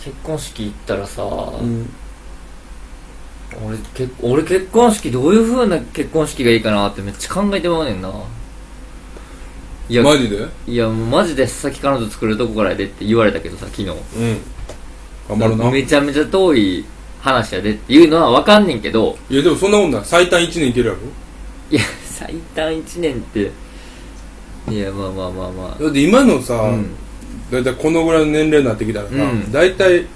結婚式行ったらさ、うん俺け俺結婚式どういう風な結婚式がいいかなってめっちゃ考えてまうねんないや、マジでいやもうマジでさっき彼女作るとこからやでって言われたけどさ昨日うん頑張るなめちゃめちゃ遠い話やでっていうのは分かんねんけどいやでもそんなもんだ最短1年いけるやいや最短1年っていやまあまあまあまろだって今のさ、あうんだいたいこのぐらいの年齢になってきたらさ、うんだいたい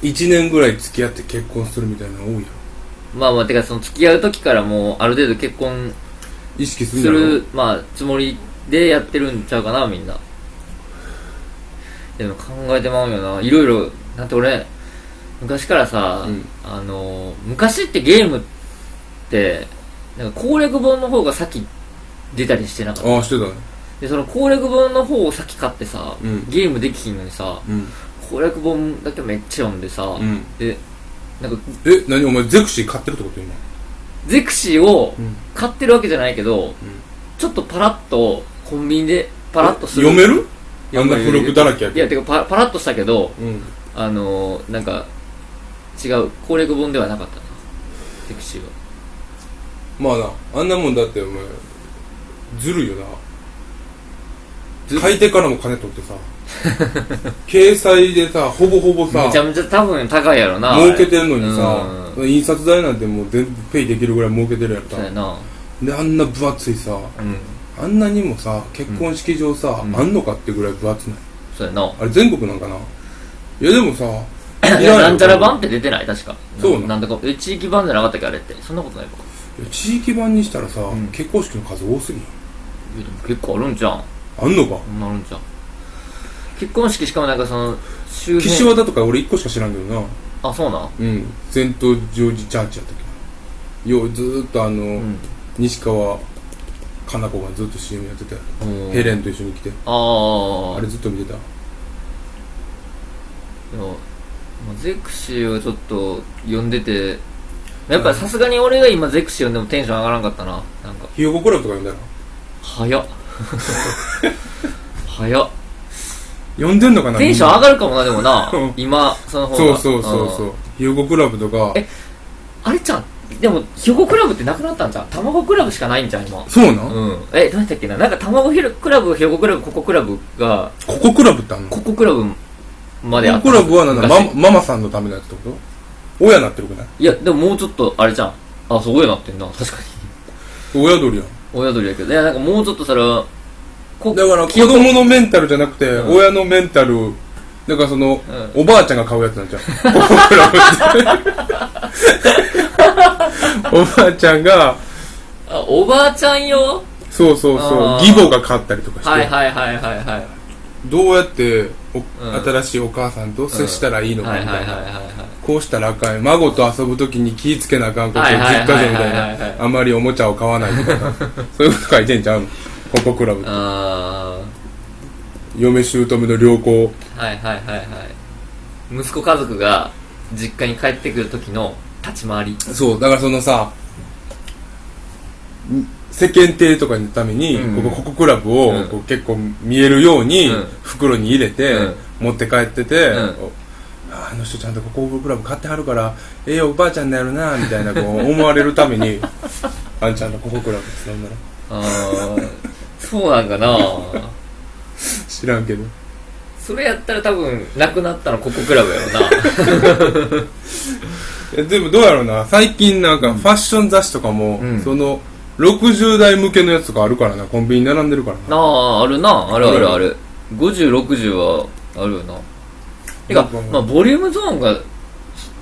1年ぐらい付き合って結婚するみたいなの多いやんまあまあてかその付き合う時からもうある程度結婚意識すするんだるまあつもりでやってるんちゃうかなみんなでも考えてまうんよないろいろだって俺昔からさ、うんあの昔ってゲームってなんか攻略本の方が先出たりしてなかったろああしてたねでその攻略本の方を先買ってさ、うんゲームできひんのにさうん攻略本だけめっちゃ読んでさ、うんでなんかえ何お前ゼクシー買ってるってこと今ゼクシーをうん買ってるわけじゃないけど、ちょっとパラッとコンビニでパラッとする読めるあ読んめなる付録だらけやいけやどてかパパラッとしたけどうんあのー、なんか違う攻略本ではなかったなゼクシーはまあなあんなもんだってお前ずるいよずな買い手からも金 取ってさ掲載でさほぼほぼさめちゃめちゃ多分高いやろな儲けてんのにうんさ、印刷代なんてもう全部ペイできるぐらい儲けてるやったそうやなであんな分厚いさうんあんなにもさ結婚式場さ、うんあんのかってぐらい分厚ないそうやなあれ全国なんかないやでもさいいやら なんちゃら版いって出てない確かそうなのなんだかえ地域版じゃなかったっけあれってそんなことないかや地域版にしたらさ、ん結婚式の数多すぎんいやでも結構あるんじゃんあんのかそんなあるんじゃん結婚式しかもなんかその周岸辺和田とか俺1個しか知らんけどなあそうなんうんセントジョージチャーチやったっけようずーっとあの、うん西川かな子がずっと CM やってたようんヘレンと一緒に来てあああれずっと見てたいやまあゼクシーをちょっと読んでてやっぱさすがに俺が今ゼクシー読んでもテンション上がらんかったななんかひよこクラブとか読んだら 早っ早っ読んでんのかなテンション上るがるかもなでもなうん今その方そがうそうそうそんうひよこクラブとかえあれちゃんでもひよこクラブってなくなったんじゃん卵クラブしかないんじゃん今そうなん、うんえどうやったっけななんか卵ひろクラブひよこクラブここクラブがここクラブってあんのここクラブまであこっこたクラブはなんだ昔マママさんのためのやつってこと親なってるくないいやでももうちょっとあれじゃんあそう親なってんな確かに親鳥やん親鳥やけどいやなんかもうちょっとそれはこだから子記憶供のメンタルじゃなくて、うん親のメンタルだからその、うおばあちゃんが買うやつなんちゃうここクラブって おばあちゃんがあおばあちゃんよそうそうそうあー義母が買ったりとかして、はいはいはいはいはいどうやってお、ん新しいお母さんと接したらいいのかはいみはいはたいいな、はいはいこうしたらあかんよ孫と遊ぶときに気ぃつけなあかんことをは10いはいはいか所みはいたはいいはいなあまりおもちゃを買わないみたいな そういうこと書いてんちゃうのここクラブあ嫁姑の良好ーはいはいはいはい息子家族が実家に帰ってくる時の立ち回りそうだからそのさ世間体とかのために、うんここここクラブを、うんこう結構見えるように、うん袋に入れて、うん持って帰ってて、うんおああの人ちゃんとここここクラブ買ってはるからええおばあちゃんになるなみたいなこ う思われるためにあんちゃんのここクラブってなんだろあー そうなんかな知らんけどそれやったら多分なくなったのここクラブやろないやでもどうやろうな最近なんかファッション雑誌とかも、うんその60代向けのやつとかあるからなコンビニ並んでるからななああるなあるあるある5060はあるよなてかなんか、まあ、ボリュームゾーンが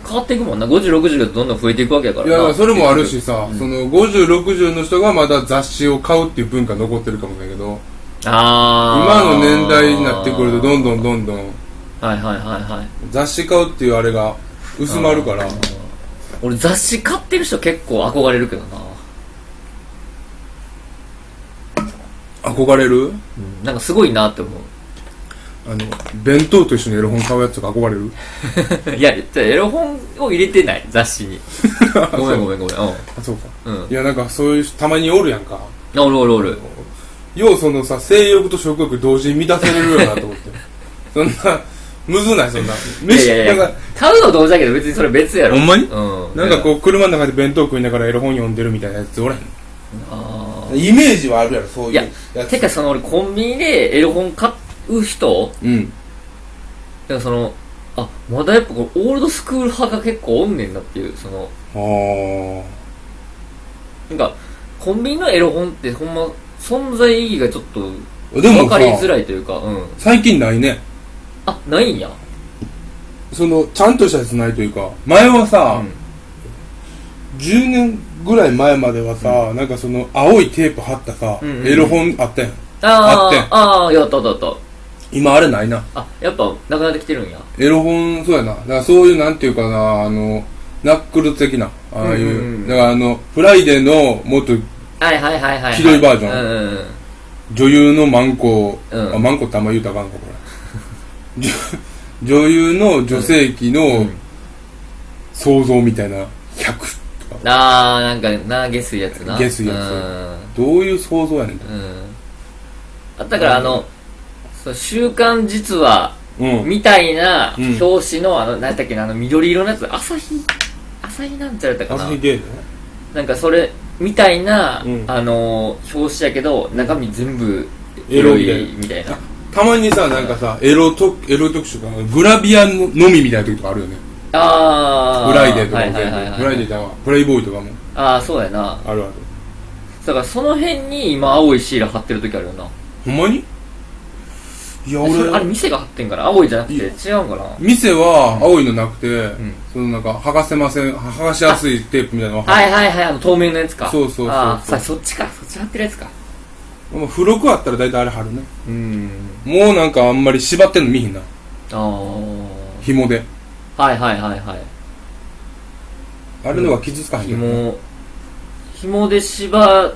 変わっていくもんな5060がどんどん増えていくわけやからいなやそれもあるしさ、その5060の人がまだ雑誌を買うっていう文化残ってるかもだけど今ああの年代になってくるとどんどんどんどんはいはいはいはい雑誌買うっていうあれが薄まるから俺雑誌買ってる人結構憧れるけどな、憧れるうん、なんかすごいなって思あの弁当と一緒にエロ本買うやつとか憧れるう いやじゃあエロ本を入れてない雑誌 にごめんごめんごめんあそうかうん、うんい、やなんかそういう人たまにおるやんかあおるおるおる 要はそのさ性欲と食欲同時に満たせれるよなと思ってそんなむずないそんないやいやいなんやか買うのと同時だけど別にそれ別やろほんまにうんなんかこう車の中で弁当食いながらエロ本読んでるみたいなやつおらへんあイメージはあるやろそうーいういややつてかその俺コンビニでエロ本買う人うんなんかそのあまだやっぱこれオールドスクール派が結構おんねんなっていうそのあーなんかコンビニのエロ本ってほんま存在意義がちょっとでも分かりづさらいというかうん最近ないねあないんやそのちゃんとしたやつないというか前はさ、うん10年ぐらい前まではさ、なんかその青いテープ貼ったさ、うんうんうんエロ本あったやんああってーあーやったやったやっ今あれないなたあやっぱなくなってきてるんやエロ本そうやなだからそういうなんていうかなあのナックル的なあうんうあいう,、んうんだからあのフライデーのもっとはいはいはいはいはひどいバージョンうんうんうん女優のマンコ、うんあマンコってあんま言うたらあかんかこれ女女優の女性器のん想像みたいな100とかああなんかな下水やつな下水やつどういう想像やねんとうんうんあだからあのそう週刊実話うんみたいなうん表紙のあの何だっけなあの緑色のやつ朝日朝日なんちゃらやったか朝な日デーなんかそれみたいな、うんあの表紙やけど中身全部エエロロいいみたいなたまにさなんかさエロとエロ特集かグラビアののみみたいな時とかあるよねああフライデーとかはもい全はいはい部フライデーーとかプレイボーイとかもああそうやなあるあるだからその辺に今青いシール貼ってる時あるよなほんまにいやそれあれ俺店が貼ってんから青いじゃなくていい違うんかな店は青いのなくて、んそのなんか剥がせません剥がしやすいテープみたいなのがはいはいはいあの透明のやつかそうそうそうそうあーさそっちかそっち貼ってるやつかもう付録あったら大体あれ貼るねうんもうなんかあんまり縛ってんの見ひんなああ紐ではいはいはいはいあれのが傷つかへんよ紐紐で縛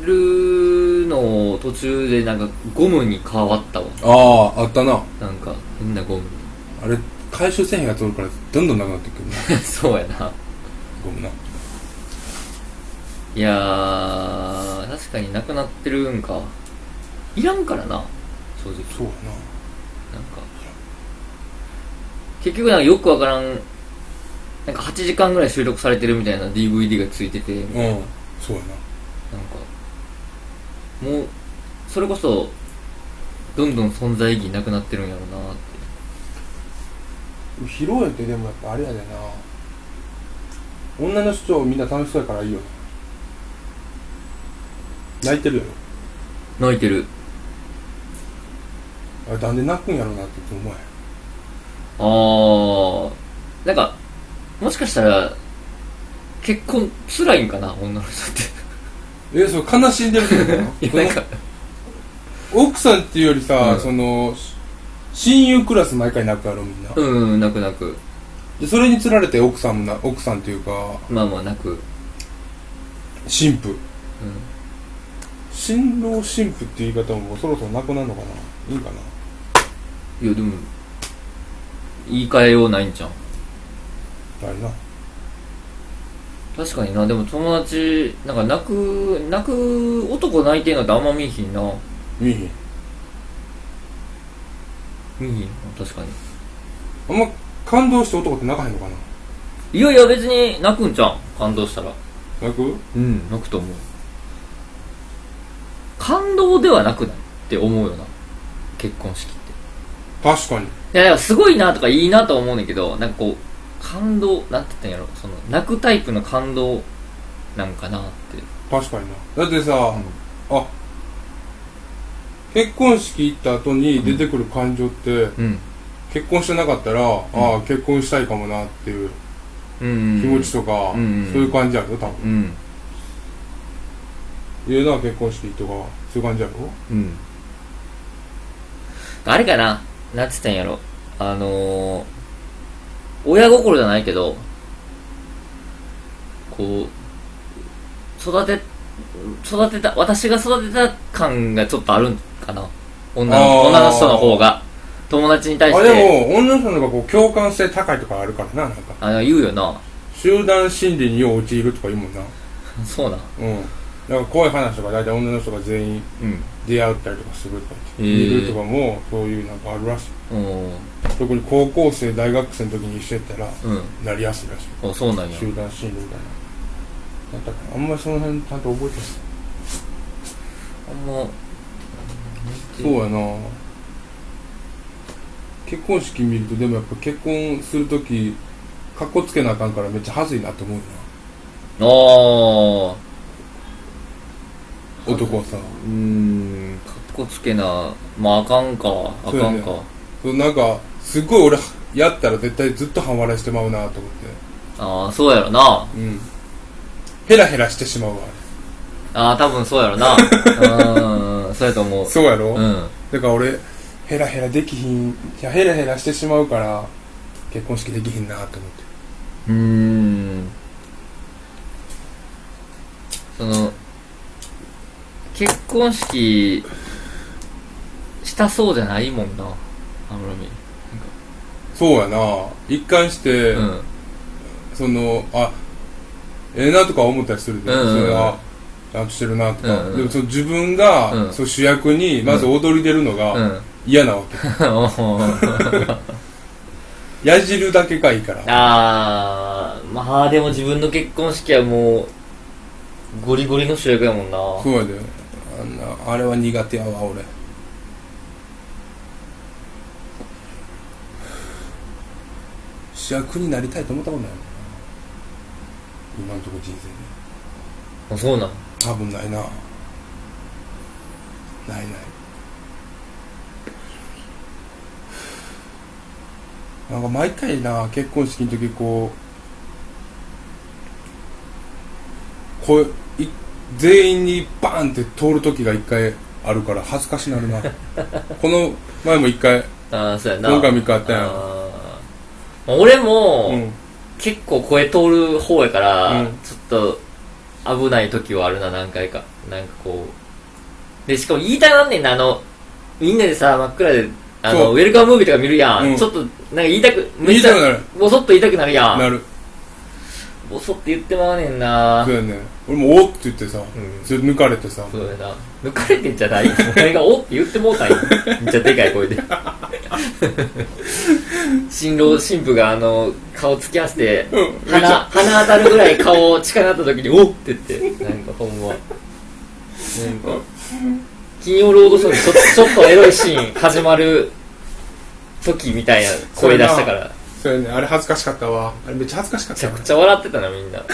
るのを途中でなんかゴムに変わったわあああったななんか変なゴム あれ回収せえへんやつおるからどんどんなくなってくるなそうやなごめんないやー確かになくなってるんかいらんからな正直そうやななんか結局なんかよくわからんなんか8時間ぐらい収録されてるみたいな DVD がついててなんかうんそうやなもうそれこそどんどん存在意義なくなってるんやろうなって披露宴ってでもやっぱあれやでな女の主張みんな楽しそうやからいいよ泣いてるや泣いてるろあれなんで泣くんやろなって思うあやーなんかもしかしたら結婚辛いんかな女の人ってんえそう悲しんでるってことや い やなんかその奥さんっていうよりさ、うんその親友クラス毎回泣くやろみんな、うんうん泣く泣くでそれにつられて奥さんもな奥さんっていうかまあまあ泣く、うん、新婦新郎新婦っていう言い方ももうそろそろなくなるのかないいんかないやでも言い換えようないんじゃんあれな確かになでも友達なんか泣く泣く男泣いてんのってあんま見えひんな見えへん見えひん確かにあんま感動して男って泣かへんのかないやいや別に泣くんじゃん感動したら泣くうん泣くと思う感動ではなくないって思うよな結婚式って確かにいや、だからすごいなとかいいなとは思うねんだけど、なんかこう、感動、なんて言ったんやろ、その、泣くタイプの感動なんかなって。確かになだってさ、あ結婚式行った後に出てくる感情って、うん。結婚してなかったら、ああ結婚したいかもなっていううん。気持ちとか、うんうんうんそういう感じやろ多分うん。言うのは結婚式とかそういう感じやろうん。あれかななんて言ったんやろ。あのー、親心じゃないけど、こう、育て、育てた、私が育てた感がちょっとあるんかな。女のあー女の人の方が。友達に対しあて。でも女の人の方がこう共感性高いとかあるからななんかあ、言うよな。 集団心理によう陥るとか言うもんなそうな。うんだから怖い話とか大体女の人が全員うん。出会ったりとかするとかへえ見るとかもそういうなんかあるらしいうん。特に高校生大学生の時に一緒やったらうなりやすいらしいんあそうなんや集団心理みたいなだったかなあんまりその辺ちゃんと覚えてなあんまいそうやな結婚式見るとでもやっぱ結婚する時かっこつけなあかんからめっちゃ恥ずいなって思うよあな男はさあうーんかっこつけなまああかんかあそうやかねんかそうなんかすごい俺やったら絶対ずっと半笑いしてまうなと思っああそうやろなてうんヘラヘラしてしまうわああ多分そうやろな うーんそうやと思うそうやろ、うんだから俺ヘラヘラできひんいやヘラヘラしてしまうから結婚式できひんなと思ってうーんその結婚式したそうじゃないもんな安室美そうやな一貫して、うんそのあええなとか思ったりするで、うんうんうんそれはちゃんとしてるなとか、うんうんでもその自分が、うんその主役にまず踊り出るのうがん嫌なわけ、矢汁だけかいいから ああまあでも自分の結婚式はもうゴリゴリの主役やもんなそうやであんなあれは苦手やわ俺主役になりたいと思ったことないもんな今のとこ人生であそうなん多分ないなないないなんか毎回な結婚式の時こうこうい全員にバーンって通る時が一回あるから恥ずかしな るなこの前も一回ああそうやな今回も一回あったやんあー俺も、うん結構声通る方やから、うんちょっと危ない時はあるな何回かなんかこうでしかも言いたなんねんなあのみんなでさ真っ暗であそのうウェルカムムービーとか見るやん、うんちょっとなんか言いたく言いたくなるボソッと言いたくなるやなんるボソって言ってまうねんなそうやね俺もおっって言ってさんそれ抜かれてさそうやな抜かれてんじゃない俺が「おっ」て言ってもうたんやめっちゃでかい声で新郎新婦があの顔つき合わせてうん鼻鼻当たるぐらい顔を近なった時に「おっ!」って言ってなんかほんまなんか金曜ロードショーにちょちょっとエロいシーン始まる時みたいな声出したからめそうやねあれ恥ずかしかったわあれめっちゃ恥ずかしかっちたゃわくちゃ笑ってたなみんな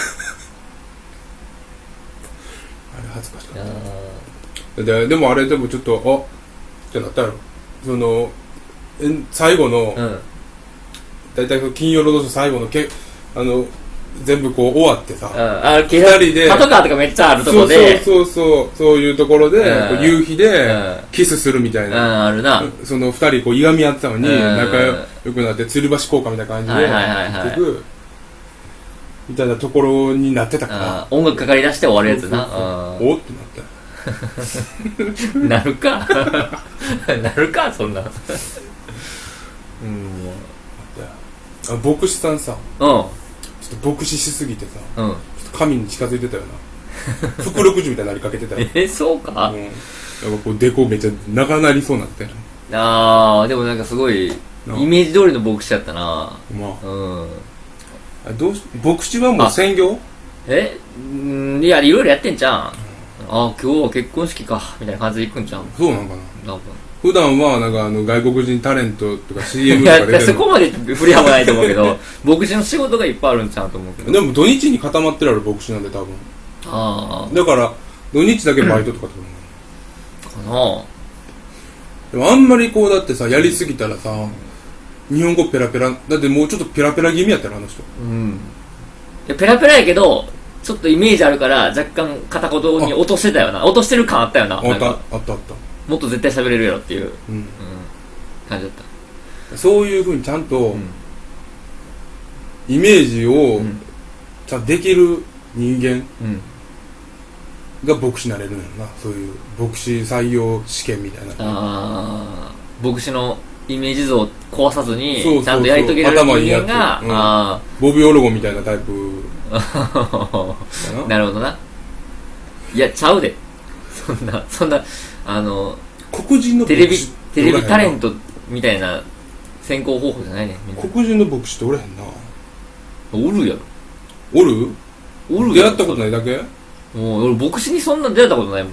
あれ恥ずかしかったあででもあれでもちょっとあってなったやろそのえん最後の、ー大体その金曜ロードショー最後のけあの全部こう終わってうん、うさ、ん、あの二人でパトカーとかめっちゃあるとそこうでそうそうそうそういうところで、うんこう夕日で、うんキスするみたいうんな、あるなその二人こういがみ合ってたのに、うん仲良くなって吊り橋効果みたいな感じで、はいはいはいはい結局みたいなところになってたからあー音楽かかりだして終わるやつなそうそうそうおってなったようんなるか なるかそんなうんあ牧師さんさうんちょっと牧師しすぎてさうん神に近づいてたよな福禄寿みたいになりかけて たよ、えそうか、うん、やっぱこうデコめっちゃ長なりそうになってるああでもなんかすごいイなメージ通りの牧師だったなまうんああどうし牧師はもう専業えうんいやいろいろやってんじゃんああー今日は結婚式かみたいな感じで行くんじゃんそうなんかな多普段はなんかあの外国人タレントとか分 CM いとかや出てそるこまで振り幅ないと思うけど牧師の仕事がいっぱいあるんちゃうと思うけどでも土日に固まってるやろ牧師なんで多分あだから土日だけバイトとかってことあかなでもあんまりこうだってさやりすぎたらさ日本語ペラペラだってもうちょっとペラペラ気味やったらあの人うん。いやペラペラやけど、ちょっとイメージあるから、若干片言に落としてたよな。落としてる感あったよな。あなっんたあかったあった、もっと絶対喋れるやろっていう、うん、うん、感じだっそういうふうにちゃんと、んイメージを、んちゃんとできる人間た。うん。が牧師になれるんやろなそういう牧師採用試験みたいなあー、牧師のイメージ像を壊さずに、そうそうそうちゃんとやり遂げられる頭いいや人つ間が、うんあボビー・オロゴンみたいなタイプー、 かななるほどな。いや、ちゃうで。そんな、そんな、あの、黒人のテレビ牧師、テレビタレントトみたいな選考方法じゃないねみんな黒人の牧師っておれへんなおるやろおるおる出やろ会ったことないだけそれもう俺牧師にそんな出会ったことないもん、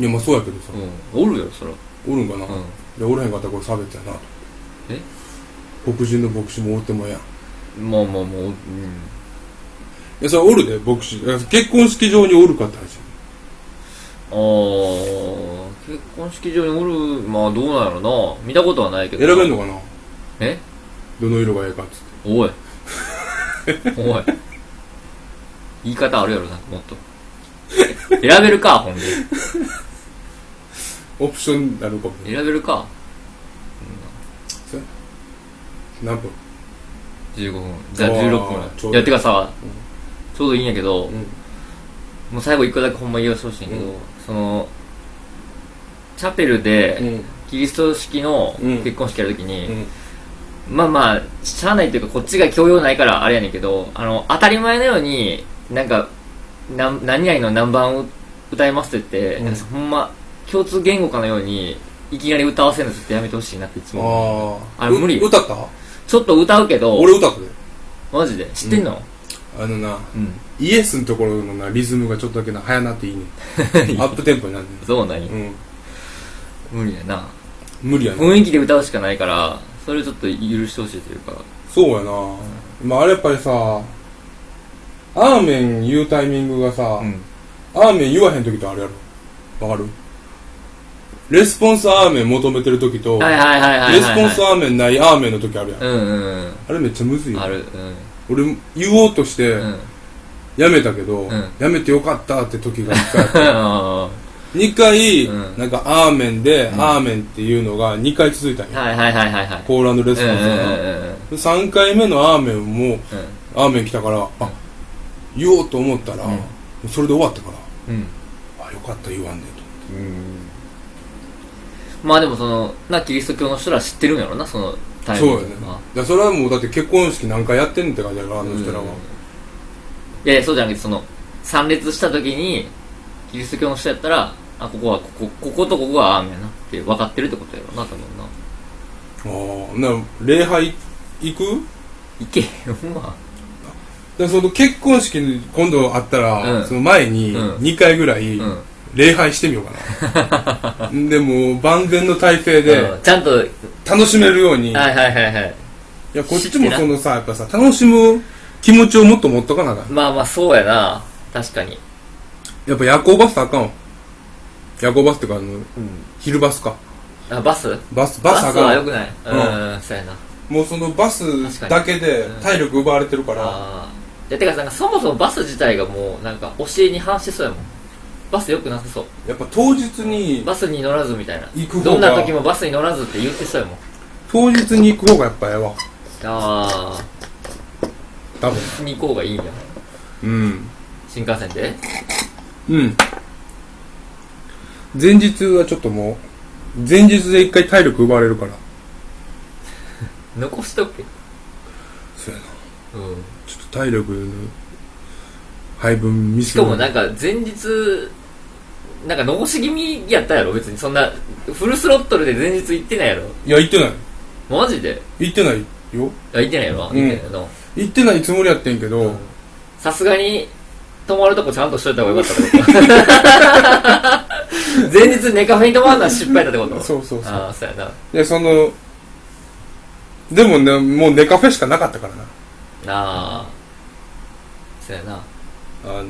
いやまあそうやけどさ、うん、おるやろそらおるんかな、ういんやおらへんかったらこれ差別やなとえ黒人の牧師もおってもええやんいまあまあもう、うん、やそれおるで牧師いや結婚式場におるかって話あー結婚式場におるまあどうなんやろな見たことはないけど選べんのかなえどの色がええかっつっておいおい言い方あるやろなんかもっと選べるかほんでオプションになるかもね選べるか何分15分じゃああー16ち分ょいうどいいやてかさ、ちょうどいいんやけど、うんもう最後一個だけほんま言わせてほしいんやけど、うんそのチャペルで、うんキリスト式のうん結婚式やるときに、うんまあまあしゃあないというかこっちが教養ないからあれやねんけどあの当たり前のようになんかなん何々の何番を歌いますって言って、うほんま共通言語かのようにいきなり歌わせるのちょっとやめてほしいなっていつも思うあああ無理う歌ったちょっと歌うけど俺歌ったでマジで知ってんの、あのなうんイエスのところのなリズムがちょっとだけな早なってい いねんアップテンポになるねそうなんやんうん無理やな無理やな雰囲気で歌うしかないからそれをちょっと許してほしいというかそうやなまああれやっぱりさアーメン言うタイミングがさうんアーメン言わへん時とあれやろわかるレスポンスアーメン求めてる時とはいレはいはいはいスはい、ポンスはアーメンないアーメンの時あるやんうんうんあれめっちゃむずいうんよある俺言おうとしうてん うんやめたけどんやめてよかったって時 が一回あってあ2回、うんなんかアーメンで、んアーメンっていうのが2回続いたんーよ、はいはいはいはいはいコーランドレスポンスうんうんが、うんうん3回目のアーメンもうんアーメン来たからあ言おうと思ったら、うそれで終わったかうんらあよかった言わんでまあでもそのなキリスト教の人ら知ってるんやろなそのとタイそうミングやねだがからそれはもうだって結婚式何回やってんねんって感じやからあの人らは、うんいやいやそうじゃなくてその参列した時にキリスト教の人やったらあここはこここことここはアーメンやなって分かってるってことやろな多分なああなら礼拝行くいけへんわだからその結婚式に今度あったら、うんその前にうん2回ぐらいうん礼拝してみよう かな、でもう万全の体制で、うんちゃんとはい楽しめるように、い、はいはいはいやこっちもそのさやっぱさ楽しむ気持ちをもっと持っとかなあかんまあまあそうやな確かにやっぱ夜行バスあかんわ夜行バスってかあの昼バスかあバスバスババススあはか良んくわないうんうんそうやなもうそのバスだけで確かに体力奪われてるからああいやてかなんかそもそもバス自体がもうなんか教えに反してそうやもんバスよくなさそうやっぱ当日にバスに乗らずみたいな行くど方んな時がもバスに乗らずって言ってそうやもん当日に行く方がやっぱええわあ多分あに行こうがいいんやうん新幹線でうん前日はちょっともう前日で一回体力奪われるから残しとけそうやなうんちょっと体力の配分ミスしかもなんか前日なんか残し気味やったやろ別にそんなフルスロットルで前日行ってないやろいや行ってないマジで行ってないよあ行ってないやろ行っんてないの行ってないつもりやってんけど、さすがに泊まるとこちゃんとしといた方がよかったって こと前日寝カフェに泊まるのは失敗だってことそうそうそうああそうやなでそのでもねもうネカフェしかなかったからなああそうやなあの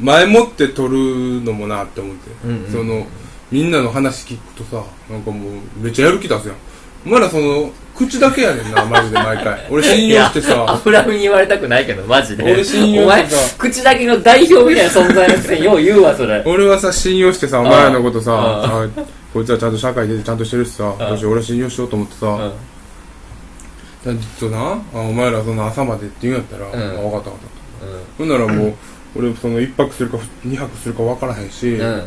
前もって撮るのもなって思って、うんうんそのみんなの話聞くとさなんかもうめっちゃやる気出すやんお前らその口だけやねんなマジで毎回俺信用してアさフラフに言われたくないけどマジで俺信用お前してさ口だけの代表みたいな存在のくせによう言うわそれ俺はさ信用してさお前らのことさああこいつはちゃんと社会出てちゃんとしてるしさあよし俺は信用しようと思ってさ、うんだってちょっとなあお前らその朝までって言うんやったら、んあ分かった分かったほんならもう俺その1泊するか2泊するか分からへんし、うんうん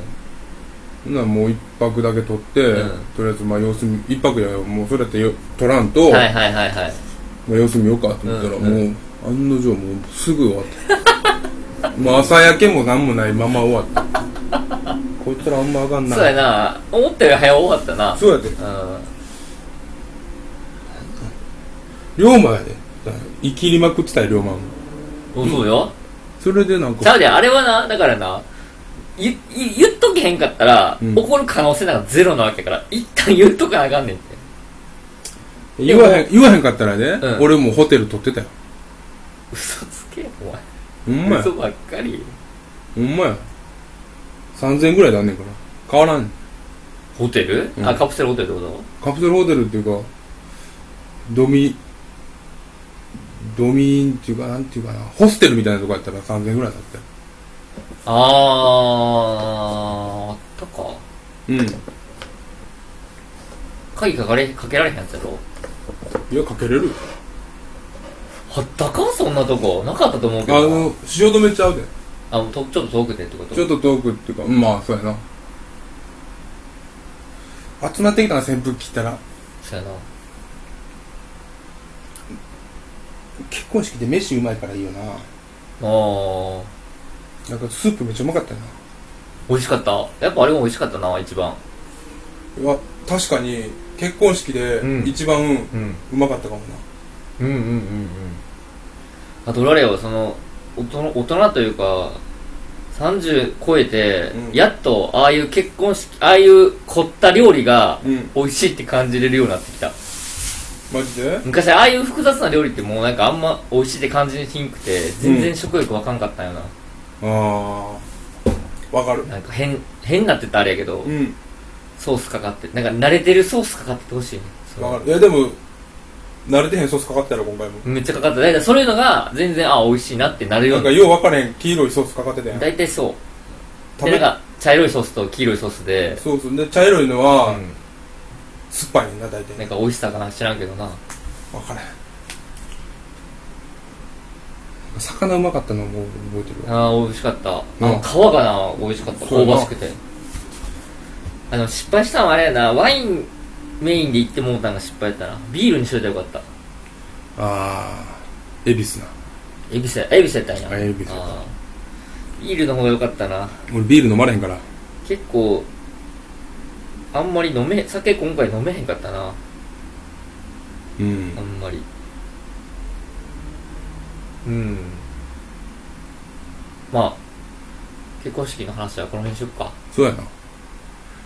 ほんならもう1泊だけ取って、うんとりあえずまあ様子見1泊やよもうそれやってよ取らんと、はいはいはいはいまあ、様子見ようかと思ったら、うんうもう案の定もうすぐ終わった もう朝焼けも何もないまま終わったこいつらあんま上がんないそうやな思ったより早終わったなそうやってうん龍馬やで生きりまくってたよ龍馬もうんそうよ。それでなんちゃかうで、あれはな、だからな、いい言っとけへんかったら、うん怒る可能性なんかゼロなわけやから、一旦言っとかなあかんねんって。言わへん言わへんかったらね、うん俺もうホテル取ってたよ嘘つけ、おほんま前。や嘘ばっかり。ほんまや3000円ぐらいであんねんから変わらんホテル、うんあ、カプセルホテルってこカプセルホテルっていうかドミドミンっていうかなんていうかなホステルみたいなとこやったら3000円ぐらいだったよとあー、あったか。うん鍵かかれ、かけられへんやつやろいやかけれるよあったかそんなとこ。なかったと思うあけどな。の汐留ちゃうであの、とちょっと遠くてってことちょっと遠くっていうかまあそうやな集まってきたな扇風機切ったらそうやな。結婚式で飯うまいからいいよなあー、なんかスープめっちゃうまかったよな美味しかった。やっぱあれも美味しかったな、一番。うわ確かに結婚式でうん一番ううん。まかったかもうんうんうんうんあと我々はその大人大人というか30超えて、うんやっとああいう結婚式ああいう凝った料理がなうん美味しいって感じれるようになってきたマジで昔ああいう複雑な料理ってもうなんかあんま美味しいって感じにひんくて全然食欲わかんかったんよな、ああわかるなんか変変なって言ったらあれやけど、うんソースかかってなんか慣れてるソースかかっててほしいねそのわかるいやでも慣れてへんソースかかったやろ今回もめっちゃかかってただからそういうのが全然あ美味しいなってなるよなうんになかっよう分からへん黄色いソースかかってたやたん大体そう食でべなんか茶色いソースと黄色いソースで、そうそうで茶色いのはう酸っぱいねんな大体ん、なんか美味しさかな知らんけどな分からへん魚うまかったのも覚えてるわあー美味しかった、あうんの皮がな美味しかったそうや香なばしくてあの失敗したのはあれやなワインメインで行ってもうたんが失敗やったなビールにしといたらよかったああ恵比寿なエビスやエビスやったんやあ恵比寿あービールの方がよかったな俺ビール飲まれへんから結構あんまり飲め酒今回飲めへんかったなうんあんまりうんまあ結婚式の話はこの辺にしよっかそうやな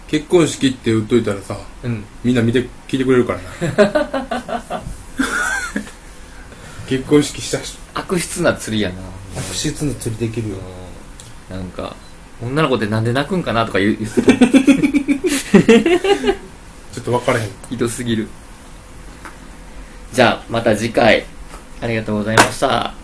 結婚式って言っといたらさうんみんな見て聞いてくれるからな 結婚式した人悪質な釣りやな質の釣りできるうんなんか女の子ってなんで泣くんかなとか言う言ってたちょっと分からへんひどすぎるじゃあまた次回ありがとうございました